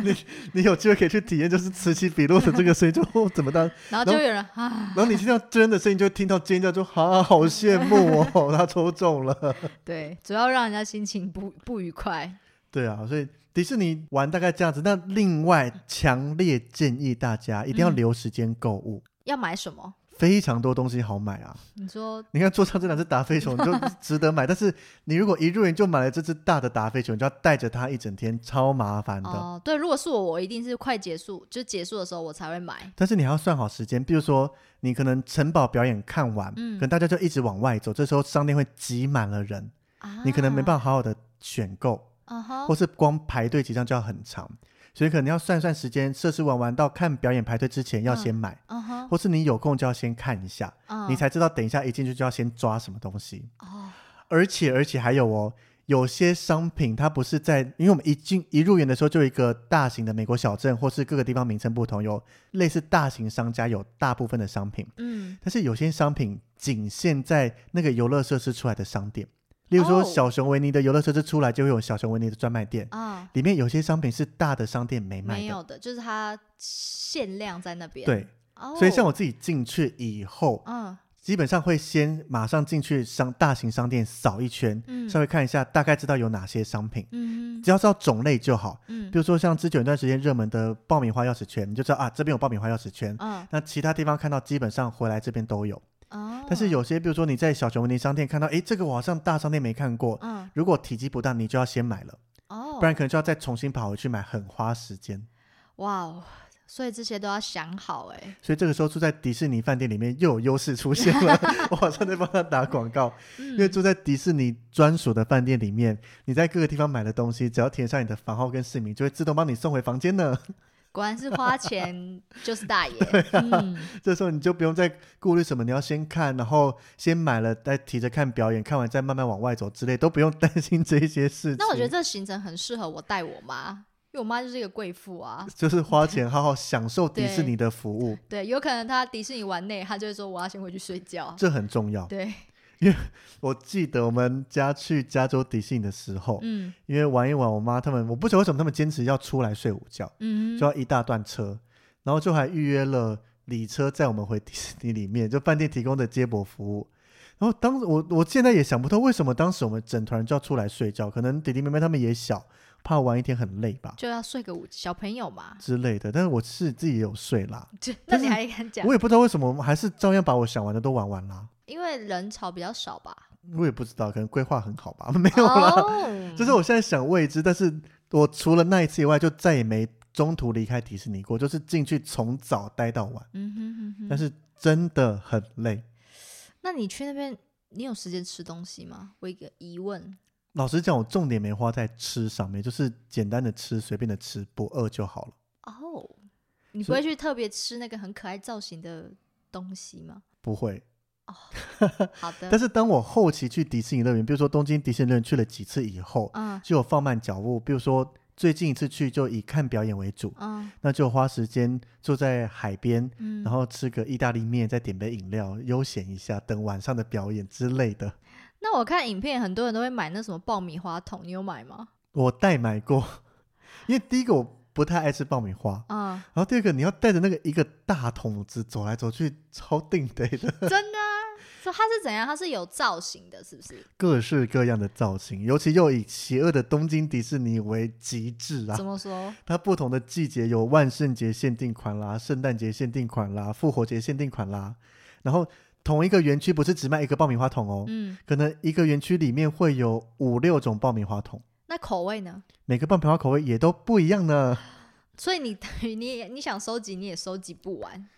你有机会可以去体验，就是此起彼落的这个谁就怎么当，
然后
然后
就有人啊，
然后你听到真的声音，就会听到尖叫，就啊，好羡慕哦，他抽中了。
对，主要让人家心情不不愉快。
对啊，所以迪士尼玩大概这样子。那另外，强烈建议大家一定要
嗯
留时间购物，
要买什么？
非常多东西好买啊。
你说
你看桌上这两只达菲球，你 就值得买。但是你如果一入园就买了这只大的达菲球，你就要带着它一整天，超麻烦的。
哦，对，如果是我，我一定是快结束，就结束的时候我才会买。
但是你还要算好时间，比如说你可能城堡表演看完，
嗯
可能大家就一直往外走，这时候商店会挤满了人，
啊，
你可能没办法
法。
好好的选购，
嗯哼
或，是光排队几张就要很长，所以可能要算算时间，设施玩完到看表演排队之前要先买，
嗯哼，
或是你有空就要先看一下，
嗯
你才知道等一下一进去就要先抓什么东西。
哦，
而且而且还有哦，有些商品它不是在，因为我们一进一入园的时候就有一个大型的美国小镇，或是各个地方名称不同，有类似大型商家有大部分的商品，
嗯，
但是有些商品仅限在那个游乐设施出来的商店，例如说
哦
小熊维尼的游乐设施出来就会有小熊维尼的专卖店，
啊，
里面有些商品是大的商店没卖
没
的，
有的，就是它限量在那边。，
对。
哦，
所以像我，自己进去以后，
嗯
基本上会先马上进去商大型商店扫一圈，
嗯
稍微看一下，大概知道有哪些商品。
嗯
只要知道种类就好。
嗯
比如说像之前有一段时间热门的爆米花钥匙圈，你就知道啊，这边有爆米花钥匙圈。
嗯
那其他地方看到，基本上回来这边都有。
哦，
但是有些，比如说你在小熊维尼商店看到，诶，这个我好像大商店没看过。
嗯
如果体积不大，你就要先买了，
哦，
不然可能就要再重新跑回去买，很花时间。
哇哦，所以这些都要想好哎。
所以这个时候住在迪士尼饭店里面又有优势出现 了。我好像在帮他打广告，
嗯
因为住在迪士尼专属的饭店里面，你在各个地方买的东西，只要填上你的房号跟市名，就会自动帮你送回房间呢。
果然是花钱就是大爷，
啊
嗯，
这时候你就不用再顾虑什么，你要先看，然后先买了，再提着看表演，看完再慢慢往外走之类，都不用担心这一些事情。
那我觉得这行程很适合我带我妈，因为我妈就是一个贵妇啊。
就是花钱好好享受迪士尼的服务，
对，有可能她迪士尼玩累，她就会说我要先回去 睡觉。
这很重要。
对，
我记得我们家去加州迪士尼的时候，
嗯
因为玩一玩，我妈他们，我不晓得为什么他们坚持要出来睡午觉，
嗯
就要一大段车，然后就还预约了礼车载我们回 迪士尼里面，就饭店提供的接驳服务。然后当时我我现在也想不透为什么当时我们整团人就要出来睡觉，可能弟弟妹妹他们也小，怕玩一天很累吧
就要睡个午，小朋友嘛，
之类的。但是我是自己也有睡啦，
就那
但
你
是
还敢讲
我？也不知道为什么，我们还是照样把我想玩的都玩完啦。
因为人潮比较少 吧。
我也不知道，可能规划很好吧， 没有啦。
哦，
就是我现在想未知，但是我除了那一次以外，就再也没中途离开迪士尼过，就是进去从早待到晚，
嗯哼哼哼。
但是真的很累。
那你去那边，你有时间吃东西吗？我一个疑问。
老实讲，我重点没花在吃上面，就是简单的吃，随便的吃，不饿就好了。
哦，你不
所以
会去特别吃那个很可爱造型的东西吗？
不会，
好的，
但是当我后期去迪士尼乐园，比如说东京迪士尼乐园去了几次以后，
嗯
就有放慢脚步，比如说最近一次去就以看表演为主，
嗯
那就花时间坐在海边，
嗯，
然后吃个意大利面，再点杯饮料，悠闲一下，等晚上的表演之类的。
那我看影片，很多人都会买那什么爆米花桶，你有买吗？
我代买过，因为第一个我不太爱吃爆米花，
嗯，
然后第二个你要带着那个一个大桶子走来走去，超定得的，
真的啊。说它是怎样？它是有造型的，是不是？
各式各样的造型，尤其又以邪恶的东京迪士尼为极致啊
怎！么说？
它不同的季节有万圣节限定款啦、圣诞节限定款啦、复活节限定款啦，然后同一个园区不是只卖一个爆米花桶哦，
嗯，
可能一个园区里面会有五六种爆米花桶，
那口味呢？
每个爆米花口味也都不一样呢。
所以你等于你也你想收集，你也收集不完。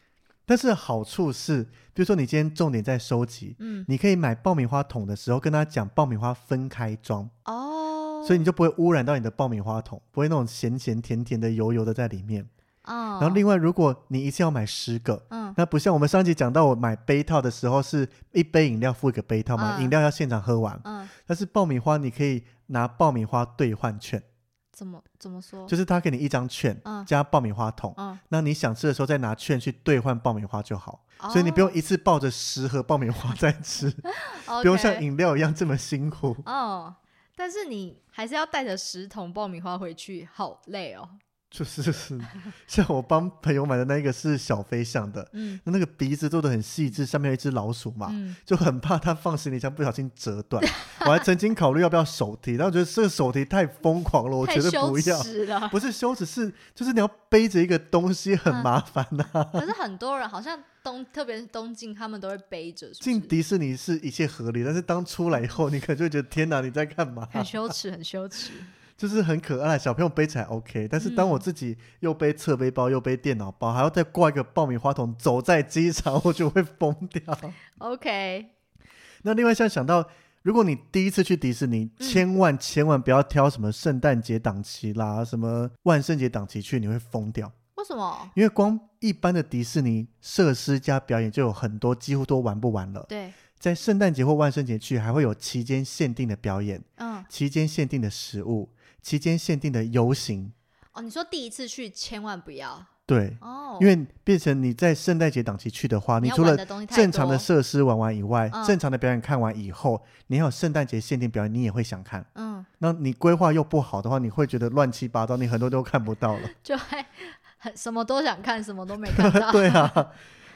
但是好处是，比如说你今天重点在收集，
嗯，
你可以买爆米花桶的时候跟他讲爆米花分开装，
哦，
所以你就不会污染到你的爆米花桶，不会那种咸咸甜甜的、油油的在里面。
哦，
然后另外，如果你一次要买十个，
嗯
那不像我们上一集讲到，我买杯套的时候是一杯饮料付一个杯套嘛，
嗯
饮料要现场喝完。
嗯，
但是爆米花你可以拿爆米花兑换券，
怎么怎么说？
就是他给你一张券
哦嗯
加爆米花桶，
嗯，
那你想吃的时候再拿券去兑换爆米花就好。所以你不用一次抱着十盒爆米花在吃，
哦
不用
OK
像饮料一样这么辛苦。
哦，但是你还是要带着十桶爆米花回去，好累哦。
就是 像我帮朋友买的那个是小飞象的，
嗯
那那个鼻子做的很细致，上面有一只老鼠嘛，
嗯，
就很怕它放行李箱不小心折断。 我还曾经考虑要不要手提，但我觉得这个手提太疯狂了，我
太
绝对
羞
不要。
耻了。
不是羞耻，是就是你要背着一个东西很
嗯
麻烦啊呐、
可是很多人好像东，特别是东京，他们都会背着，是不
进
是
迪士尼是一切合理，但是当出来以后，你可能就会觉得天哪，你在干嘛？
很羞耻，很 羞耻。
就是很可爱，小朋友背起来 OK，但是当我自己又背侧背包，又背电脑包，还要再挂一个爆米花桶，走在机场，我就会疯掉。
OK，
那另外像想到，如果你第一次去迪士尼，千万千万不要挑什么圣诞节档期啦，什么万圣节档期去，你会疯掉，
为什么？
因为光一般的迪士尼设施加表演就有很多，几乎都玩不完了。
对，
在圣诞节或万圣节去，还会有期间限定的表演、
嗯，
期间限定的食物、期间限定的游行。
哦，你说第一次去千万不要
对，
哦，
因为变成你在圣诞节档期去的话，
你
你
要
除
玩
了
的东西太
正常
多
的设施玩完以外，
嗯
正常的表演看完以后，你还有圣诞节限定表演，你也会想看。
嗯，
那你规划又不好的话，你会觉得乱七八糟，你很多都看不到 了。
就会很什么都想看，什么都没看 到。
对啊，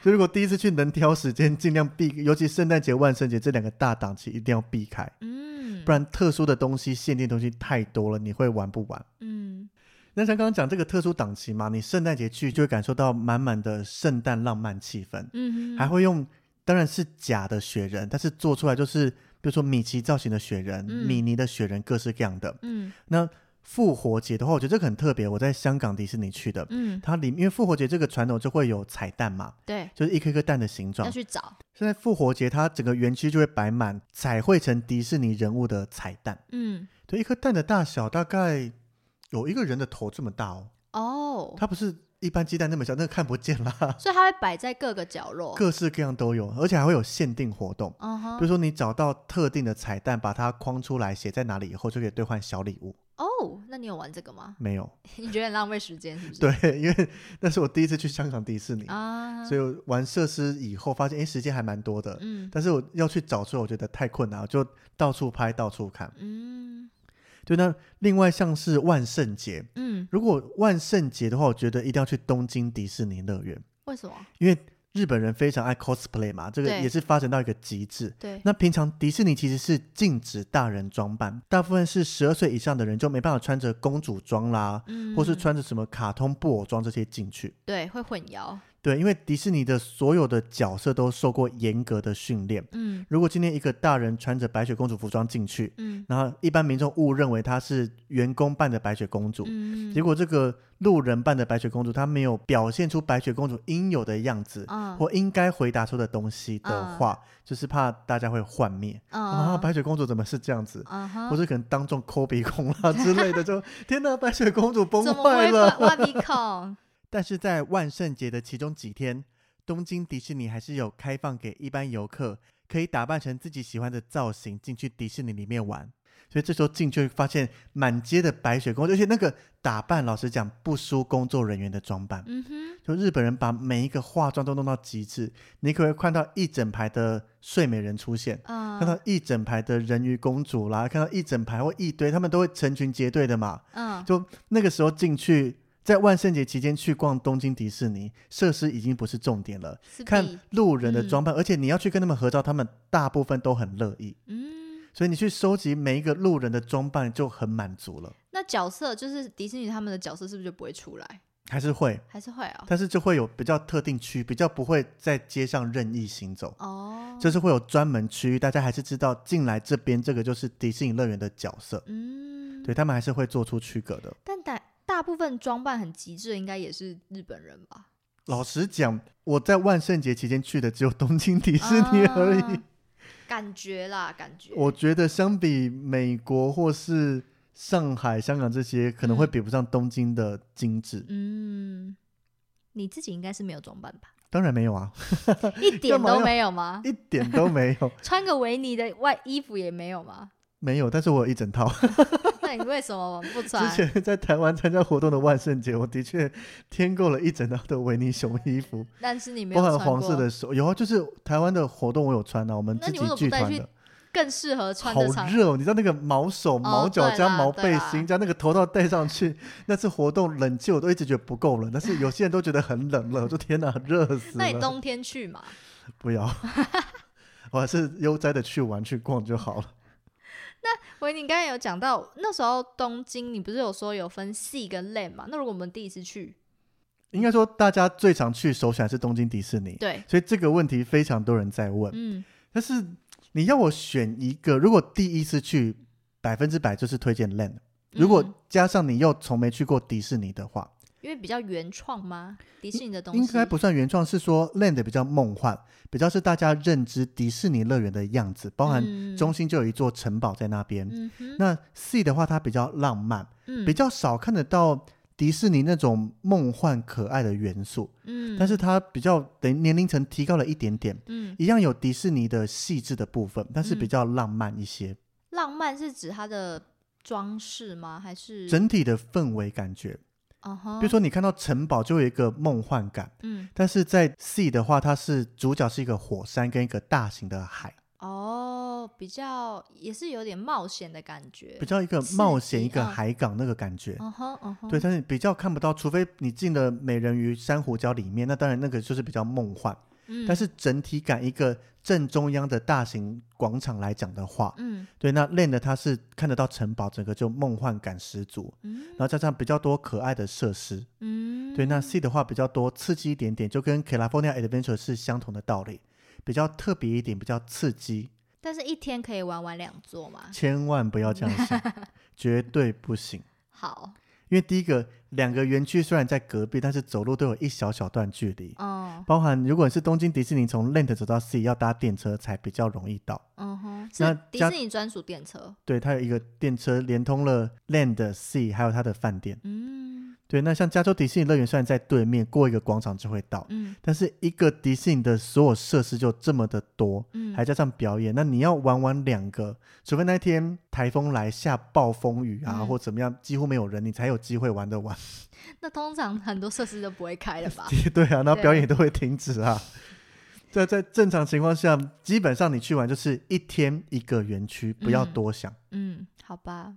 所以如果第一次去能挑时间，尽量避，尤其圣诞节、万圣节这两个大档期一定要避开，
嗯，
不然特殊的东西、限定东西太多了，你会玩不完。
嗯，
那像刚刚讲这个特殊档期嘛，你圣诞节去就会感受到满满的圣诞浪漫气氛。
嗯嗯，
还会用，当然是假的雪人，但是做出来就是，比如说米奇造型的雪人、
嗯
米妮的雪人，各式各样的。
嗯
那复活节的话，我觉得这个很特别。我在香港迪士尼去的，
嗯，
它里因为复活节这个传统就会有彩蛋嘛，
对，
就是一颗颗蛋的形
要
状。
去找，
现在复活节它整个园区就会摆满彩绘成迪士尼人物的彩蛋，
嗯，
对，一颗蛋的大小大概有一个人的头这么大哦，
哦，
它不是一般鸡蛋那么小，那个看不见啦。
所以它会摆在各个角落。
各式各样都有，而且还会有限定活动。
嗯
比如
哼，
说你找到特定的彩蛋，把它框出来，写在哪里以后，就可以兑换小礼物。
哦，那你有玩这个吗？
没有，
你觉得很浪费时间是不是？
对， 因为那是我第一次去香港迪士尼，
啊，
所以我玩设施以后发现，哎，时间还蛮多的。
嗯
但是我要去找出来，我觉得太困难，我就到处拍，到处看。
嗯
对，那另外像是万圣节，
嗯，
如果万圣节的话，我觉得一定要去东京迪士尼乐园，
为什么？
因为日本人非常爱 cosplay 嘛，这个
对
也是发展到一个极致。
对，
那平常迪士尼其实是禁止大人装扮，大部分是十二岁以上的人就没办法穿着公主装啦，
嗯
或是穿着什么卡通布偶装这些进去。
对会混淆。
对，因为迪士尼的所有的角色都受过严格的训练。
嗯
如果今天一个大人穿着白雪公主服装进去，
嗯
然后一般民众误认为她是员工扮的白雪公主，
嗯
结果这个路人扮的白雪公主她没有表现出白雪公主应有的样子。
嗯
或应该回答出的东西的
嗯
话，就是怕大家会幻灭。啊，
嗯
白雪公主怎么是这样子？
嗯
或
哼，
者可能当众抠鼻孔啦之类的， 就天哪，白雪公主崩
怎么
坏
会
了。
外鼻孔？
但是在万圣节的其中几天，东京迪士尼还是有开放给一般游客可以打扮成自己喜欢的造型进去迪士尼里面玩。所以这时候进去会发现满街的白雪公主，而且那个打扮，老实讲不输工作人员的装扮。
嗯哼，
就日本人把每一个化妆都弄到极致，你可能会看到一整排的睡美人出现。
嗯
看到一整排的人鱼公主啦，看到一整排或一堆，他们都会成群结队的嘛。
嗯
就那个时候进去，在万圣节期间去逛东京迪士尼，设施已经不是重点了，
是
看
比
路人的装扮，而且你要去跟他们合照，他们大部分都很乐意，
嗯，
所以你去收集每一个路人的装扮就很满足了，
那角色就是迪士尼他们的角色是不是就不会出来？
还是会，
还是会哦？
但是就会有比较特定区，比较不会在街上任意行走。
哦，
就是会有专门区域，大家还是知道进来这边这个就是迪士尼乐园的角色。
嗯，
对他们还是会做出区隔的。
但大大部分装扮很极致，的应该也是日本人吧？
老实讲，我在万圣节期间去的只有东京迪士尼而
哦
已。
啊感觉啦，感觉。
我觉得相比美国或是上海、香港这些可能会
嗯
比不上东京的精致。
嗯，你自己应该是没有装扮 吧？
当然没有啊，
一点
干嘛
都
要
没有吗？
一点都没有，
穿个维尼的外衣服也没有吗？
没有。但是我有一整套。
那你为什么不穿
之？前在台湾参加活动的万圣节，我的确添购了一整套的维尼熊衣服，
但是你没
包
有
含
穿
黄色的
过，
手。有啊，就是台湾的活动我有穿啊，我们
那
自
你
己
为什么不
剧
带
团
去
的。
更适合穿
好
着长
热、哦，你知道那个毛手、毛脚
对
加
啦
毛
对
背
啦
心加那个头套戴上去，那次活动冷气我都一直觉得不够冷，但是有些人都觉得很冷了，我说天哪，热死
那你
了！
冬天去嘛？
不 要，我还是悠哉的去玩去逛就好了。
维尼，你刚才有讲到那时候东京，你不是有说有分 C 跟 l a n 嘛？那如果我们第一次去，
应该说大家最常去首选还是东京迪士尼，
对，
所以这个问题非常多人在问。
嗯，
但是你要我选一个，如果第一次去，百分之百就是推荐 Land。如果
嗯
加上你又从没去过迪士尼的话，
因为比较原创吗？迪士尼的东西
应该不算原创，是说 Land 比较梦幻，比较是大家认知迪士尼乐园的样子，包含
嗯
中心就有一座城堡在那边。
嗯哼，
那 C 的话，它比较浪漫，
嗯
比较少看得到迪士尼那种梦幻可爱的元素，
嗯，
但是它比较等于年龄层提高了一点点，
嗯，
一样有迪士尼的细致的部分，但是比
嗯
较浪漫一些。
浪漫是指它的装饰吗？还是
整体的氛围感觉。
啊哈？
比如说，你看到城堡就有一个梦幻感，
嗯，
但是在 C 的话，它是主角是一个火山跟一个大型的海，
哦，比较也是有点冒险的感觉
比，较一个
刺
冒险
激
一个
嗯
海港那个感觉。
嗯哼嗯哼，
对，但是比较看不到，除非你进了美人鱼、珊瑚礁里面，那当然那个就是比较梦幻。
嗯，
但是整体感，一个正中央的大型广场来讲的话，
嗯
对，那 Land 它是看得到城堡，整个就梦幻感十足，
嗯
然后加上比较多可爱的设施，
嗯，
对，那 C 的话比较多刺激一点点，就跟 California Adventure 是相同的道理，比较特别一点，比较刺激，
但是一天可以玩完两座嘛？
千万不要这样想，绝对不行。
好，
因为第一个，两个园区虽然在隔壁，但是走路都有一小小段距离，
嗯
包含如果是东京迪士尼从 Land 走到 C 要搭电车才比较容易到。
嗯哼，
那
是迪
加
士尼专属电车，
对，它有一个电车连通了 Land、C 还有它的饭店。
嗯
对，那像加州迪士尼乐园虽然在对面，过一个广场就会到，
嗯
但是一个迪士尼的所有设施就这么的多，
嗯，
还加上表演，那你要玩完两个，除非那天台风来下暴风雨啊，
嗯
或怎么样，几乎没有人，你才有机会玩得完。
那通常很多设施都不会开了吧？
对啊，然后
对
表演都会停止啊。在在正常情况下，基本上你去玩就是一天一个园区，不要
嗯
多想。
嗯，好吧，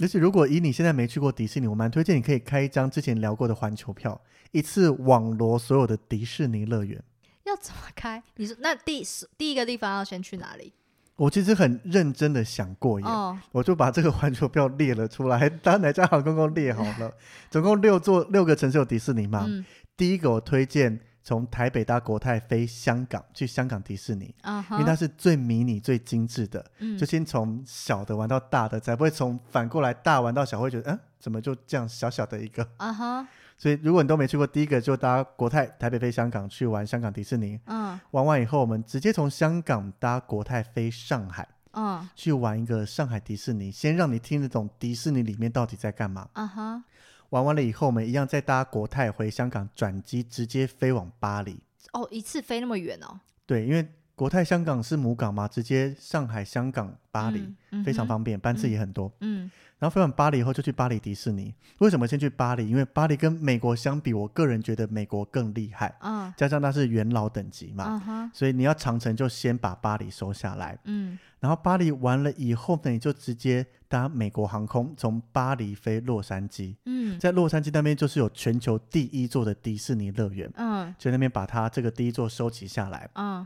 而且，如果以你现在没去过迪士尼，我蛮推荐你可以开一张之前聊过的环球票，一次网罗所有的迪士尼乐园。
要怎么开？你说那第十第一个地方要先去哪里？
我其实很认真的想过耶，
哦，
我就把这个环球票列了出来， 当哪家航空公司列好 了，总共六座六个城市有迪士尼嘛。
嗯
第一个我推荐从台北搭国泰飞香港，去香港迪士尼，
啊
因
哈
为，它是最迷你、最精致的，
嗯
就先从小的玩到大的，才不会从反过来大玩到小，会觉得嗯怎么就这样小小的一个。
啊哈，
所以如果你都没去过，第一个就搭国泰台北飞香港去玩香港迪士尼，
嗯
玩完以后我们直接从香港搭国泰飞上海。
嗯
去玩一个上海迪士尼，先让你听得懂迪士尼里面到底在干嘛。
啊哈，
玩完了以后，我们一样再搭国泰回香港转机，直接飞往巴黎。
哦，一次飞那么远哦，
对，因为国泰香港是母港嘛，直接上海、香港、巴黎、
嗯
非常，方便，班次也很多。
嗯
然后飞往巴黎以后就去巴黎迪士尼。为什么先去巴黎？因为巴黎跟美国相比，我个人觉得美国更厉害，
哼嗯
加上它是元老等级嘛，
啊哈，
所以你要长城就先把巴黎收下来。
嗯
然后巴黎完了以后呢，你就直接搭美国航空从巴黎飞洛杉矶，
嗯
在洛杉矶那边就是有全球第一座的迪士尼乐园，
嗯
就那边把它这个第一座收集下来。
嗯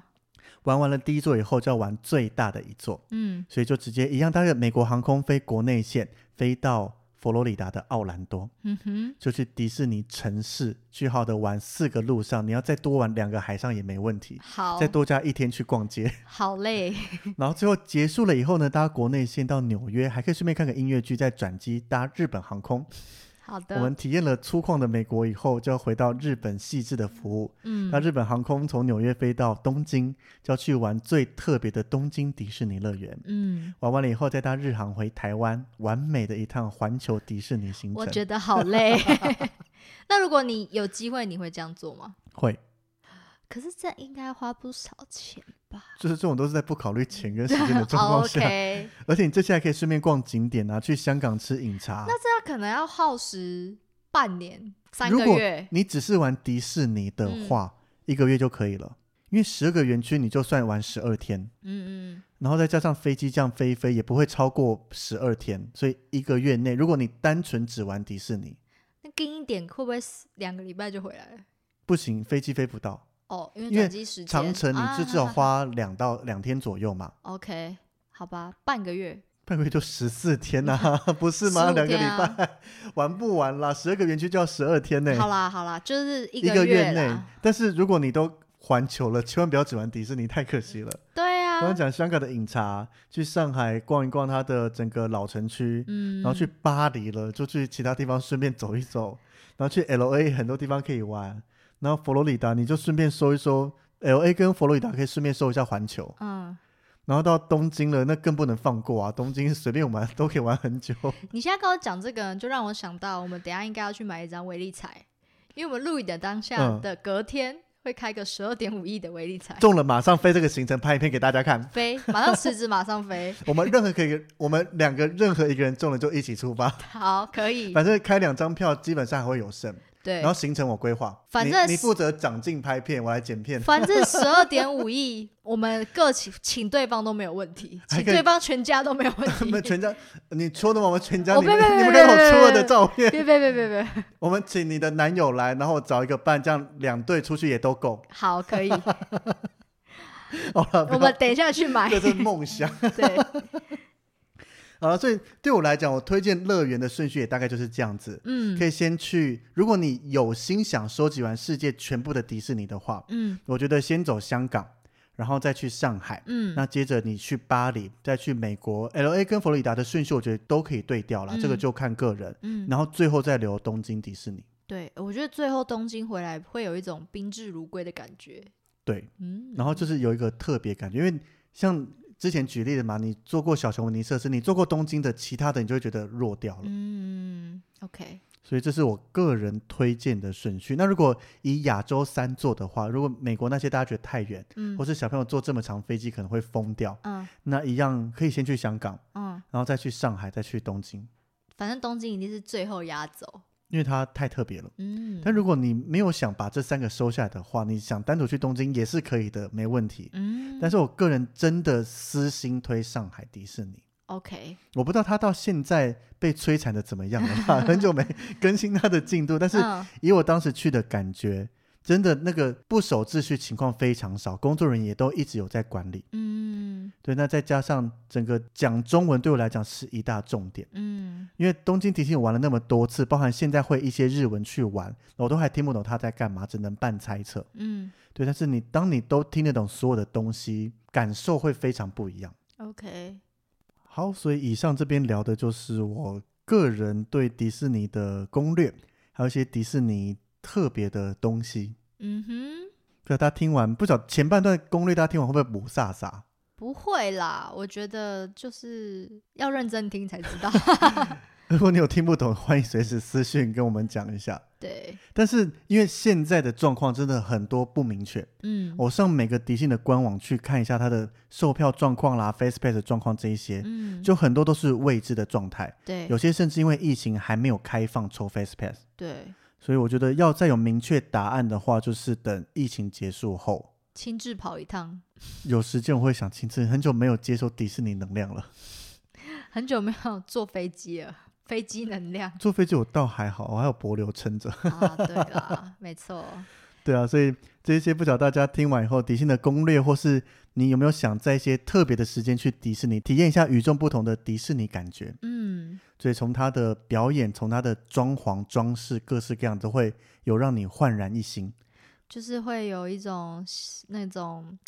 玩完了第一座以后，就要玩最大的一座，
嗯
所以就直接一样搭着美国航空飞国内线，飞到佛罗里达的奥兰多，
嗯哼，
就去迪士尼城市去好的玩四个路上，你要再多玩两个海上也没问题，
好
再，多加一天去逛街。
好累，
然后最后结束了以后呢，搭国内线到纽约，还可以顺便看个音乐剧，再转机搭日本航空，
好
我们
的，
体验了粗犷的美国以后，就要回到日本细致的服务。
嗯
那，日本航空从纽约飞到东京，就要去玩最特别的东京迪士尼乐园。
嗯，
玩完了以后，再搭日航回台湾，完美的一趟环球迪士尼行程。
我觉得好 累。 那如果你有机会，你会这样做吗？
会，
可是这应该花不少 钱吧？
就是这种都是在不考虑钱跟时间 的状况下
哦 OK，
而且你这下还可以顺便逛景点啊，去香港吃饮茶。
那这可能要耗时半年、三
如
个
果
月。嗯
你只是玩迪士尼的话，一个月就可以了，因为十二个园区你就算玩十二天，
嗯嗯，
然后再加上飞机这样飞一飞，也不会超过十二天，所以一个月内，如果你单纯只玩迪士尼，
那跟一点会不会是两个礼拜就回来了？
不行，飞机飞不到。
哦，因为
因为
转机时间
长城你
啊
至少花两到两天左右嘛，
OK，好吧，半个月
半个月就十四天呐、 不是吗？
15
两个礼
天啊
拜 玩不完啦，十二个园区就要十二天呢、
好啦好啦，就是一
一
个
月
月
内
啦。。
但是如果你都环球了，千万不要只玩迪士尼，太可惜了。
对啊，
刚刚讲香港的饮茶，去上海逛一逛它的整个老城区，
嗯，
然后去巴黎了，就去其他地方顺便走一走，然后去 L A 很多地方可以玩，然后佛罗里达你就顺便搜一搜 L A 跟佛罗里达可以顺便搜一下环球，
嗯，
然后到东京了，那更不能放过啊！东京随便玩 都可以玩很久，
你现在跟我讲这个，就让我想到我们等一下应该要去买一张威力彩，因为我们录影的当下
嗯
的隔天会开个十二点五亿的威力彩，
中了马上飞这个行程拍影片给大家看。
飞，马上辞职，马上飞，
我们任何可以，我们两个任何一个人中了就一起出发，
好，可以，
反正开两张票基本上还会有剩。
对
然，后行程我规划，
反正
你你
是
负责长进拍片，我来剪片。
反正十二点五亿，我们各请请对方都没有问题，
还
请
可以
对方全家都没有问
我
题
们，全家，你戳的吗？我们全家，
我
你
别别
们你
别
们给我
别
出我
别
的照
别
片。
别别别别，
我们请你的男友来，然后我找一个伴，这样两队出去也都够。
好，可以，
好了，不
我
要
们等一下去 买，
这是梦想。
对，
好了，所以对我来讲，我推荐乐园的顺序也大概就是这样子。
嗯
可以先去，如果你有心想收集完世界全部的迪士尼的话，
嗯
我觉得先走香港，然后再去上海，
嗯，
那接着你去巴黎，再去美国 L A 跟佛罗里达的顺序，我觉得都可以对调啦，这个
嗯
就看个人。
嗯，
然后最后再留东京迪士尼。
对，我觉得最后东京回来会有一种宾至如归的感觉，
对，
嗯，
然后就是有一个特别感觉，因为像之前举例的嘛，你做过小熊维尼设施，你做过东京的，其他的你就会觉得弱掉了。
嗯，OK，
所以这是我个人推荐的顺序。那如果以亚洲三座的话，如果美国那些大家觉得太远，
嗯
或是小朋友坐这么长飞机可能会疯掉，
嗯
那一样可以先去香港，
嗯，
然后再去上海，再去东京，
反正东京一定是最后压轴，
因为它太特别了。
嗯
但如果你没有想把这三个收下来的话，你想单独去东京也是可以的，没问题。
嗯
但是我个人真的私心推上海迪士尼，
，OK，
我不知道他到现在被摧残的怎么样了 吧，很久没更新他的进度。但是
嗯
以我当时去的感觉，真的那个不守秩序情况非常少，工作人员也都一直有在管理。
嗯
对，那再加上整个讲中文对我来讲是一大重点，
嗯
因为东京迪士尼我玩了那么多次，包含现在会一些日文去玩，我都还听不懂他在干嘛，只能半猜测。
嗯
对，但是你当你都听得懂所有的东西，感受会非常不一样。
，OK，
好，所以以上这边聊的就是我个人对迪士尼的攻略，还有一些迪士尼特别的东西。
嗯哼。
不知道大家听完，不晓得前半段攻略大家听完会不会不飒飒？
不会啦，我觉得就是要认真听 才知道。
如果你有听不懂，欢迎随时私讯跟我们讲一下。
对，
但是因为现在的状况真的很多不明确，
嗯，
我上每个迪士尼的官网去看一下它的售票状况啦、Face Pass 的状况这一些，
嗯，
就很多都是未知的状态。
对
有些甚至因为疫情还没有开放抽 Face Pass，
对，
所以我觉得要再有明确答案的话，就是等疫情结束后，
亲自跑一趟，
有时间我会想亲自，很久没有接受迪士尼能量了。
很久没有坐飞机了，飞机能量
坐飞机我倒还好，我还有柏流撑着。
啊，对啦，没错，
对啊，所以这些不晓得大家听完以后，迪士尼的攻略，或是你有没有想在一些特别的时间去迪士尼体验一下与众不同的迪士尼感觉？
嗯，
所以从它的表演，从它的装潢、装饰，各式各样都会有让你焕然一新，
就是会有一种那种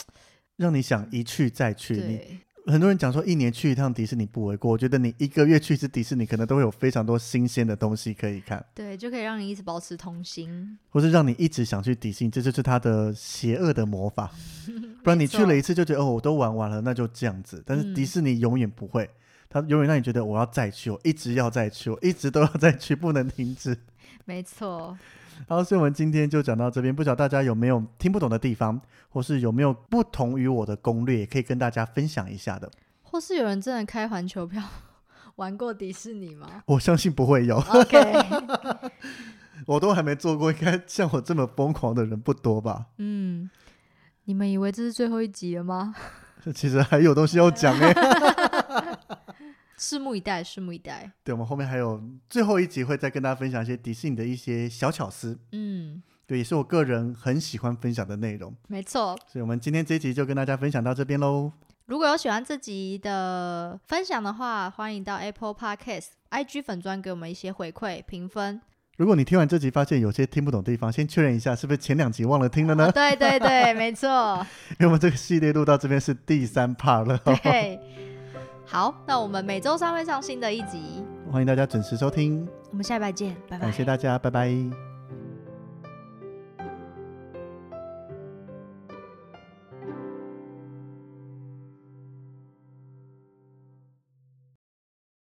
让你想一去再去。你
对，
很多人讲说一年去一趟迪士尼不为过，我觉得你一个月去一次迪士尼，可能都会有非常多新鲜的东西可以看，
对，就可以让你一直保持童心。
或是让你一直想去迪士尼，这就是它的邪恶的魔法。不然你去了一次就觉得哦，我都玩完了，那就这样子。但是迪士尼永远不会，它永远让你觉得我要再去，我一直要再去，我一直都要再去，不能停止。
没错，
好，所以我们今天就讲到这边，不晓得大家有没有听不懂的地方，或是有没有不同于我的攻略，也可以跟大家分享一下的。
或是有人真的开环球票 玩过迪士尼吗
我相信不会有，
啊？OK，
我都还没做过，应该像我这么疯狂的人不多吧？
嗯，你们以为这是最后一集了吗？
其实还有东西要讲哎、
拭目以待，拭目以待。
对，我们后面还有最后一集会再跟大家分享一些迪士尼的一些小巧思，
嗯，
对，也是我个人很喜欢分享的内容。
没错。
所以我们今天这一集就跟大家分享到这边喽。
如果有喜欢这集的分享的话，欢迎到 Apple Podcast、IG 粉专给我们一些回馈评分。
如果你听完这集发现有些听不懂地方，先确认一下是不是前两集忘了听了呢？
对对对，没错。
因为我们这个系列录到这边是第三 part 了哦、
对， 好，那我们每周三会上新的一集，
欢迎大家准时收听，
我们下礼拜见，拜拜。
感谢大家，拜拜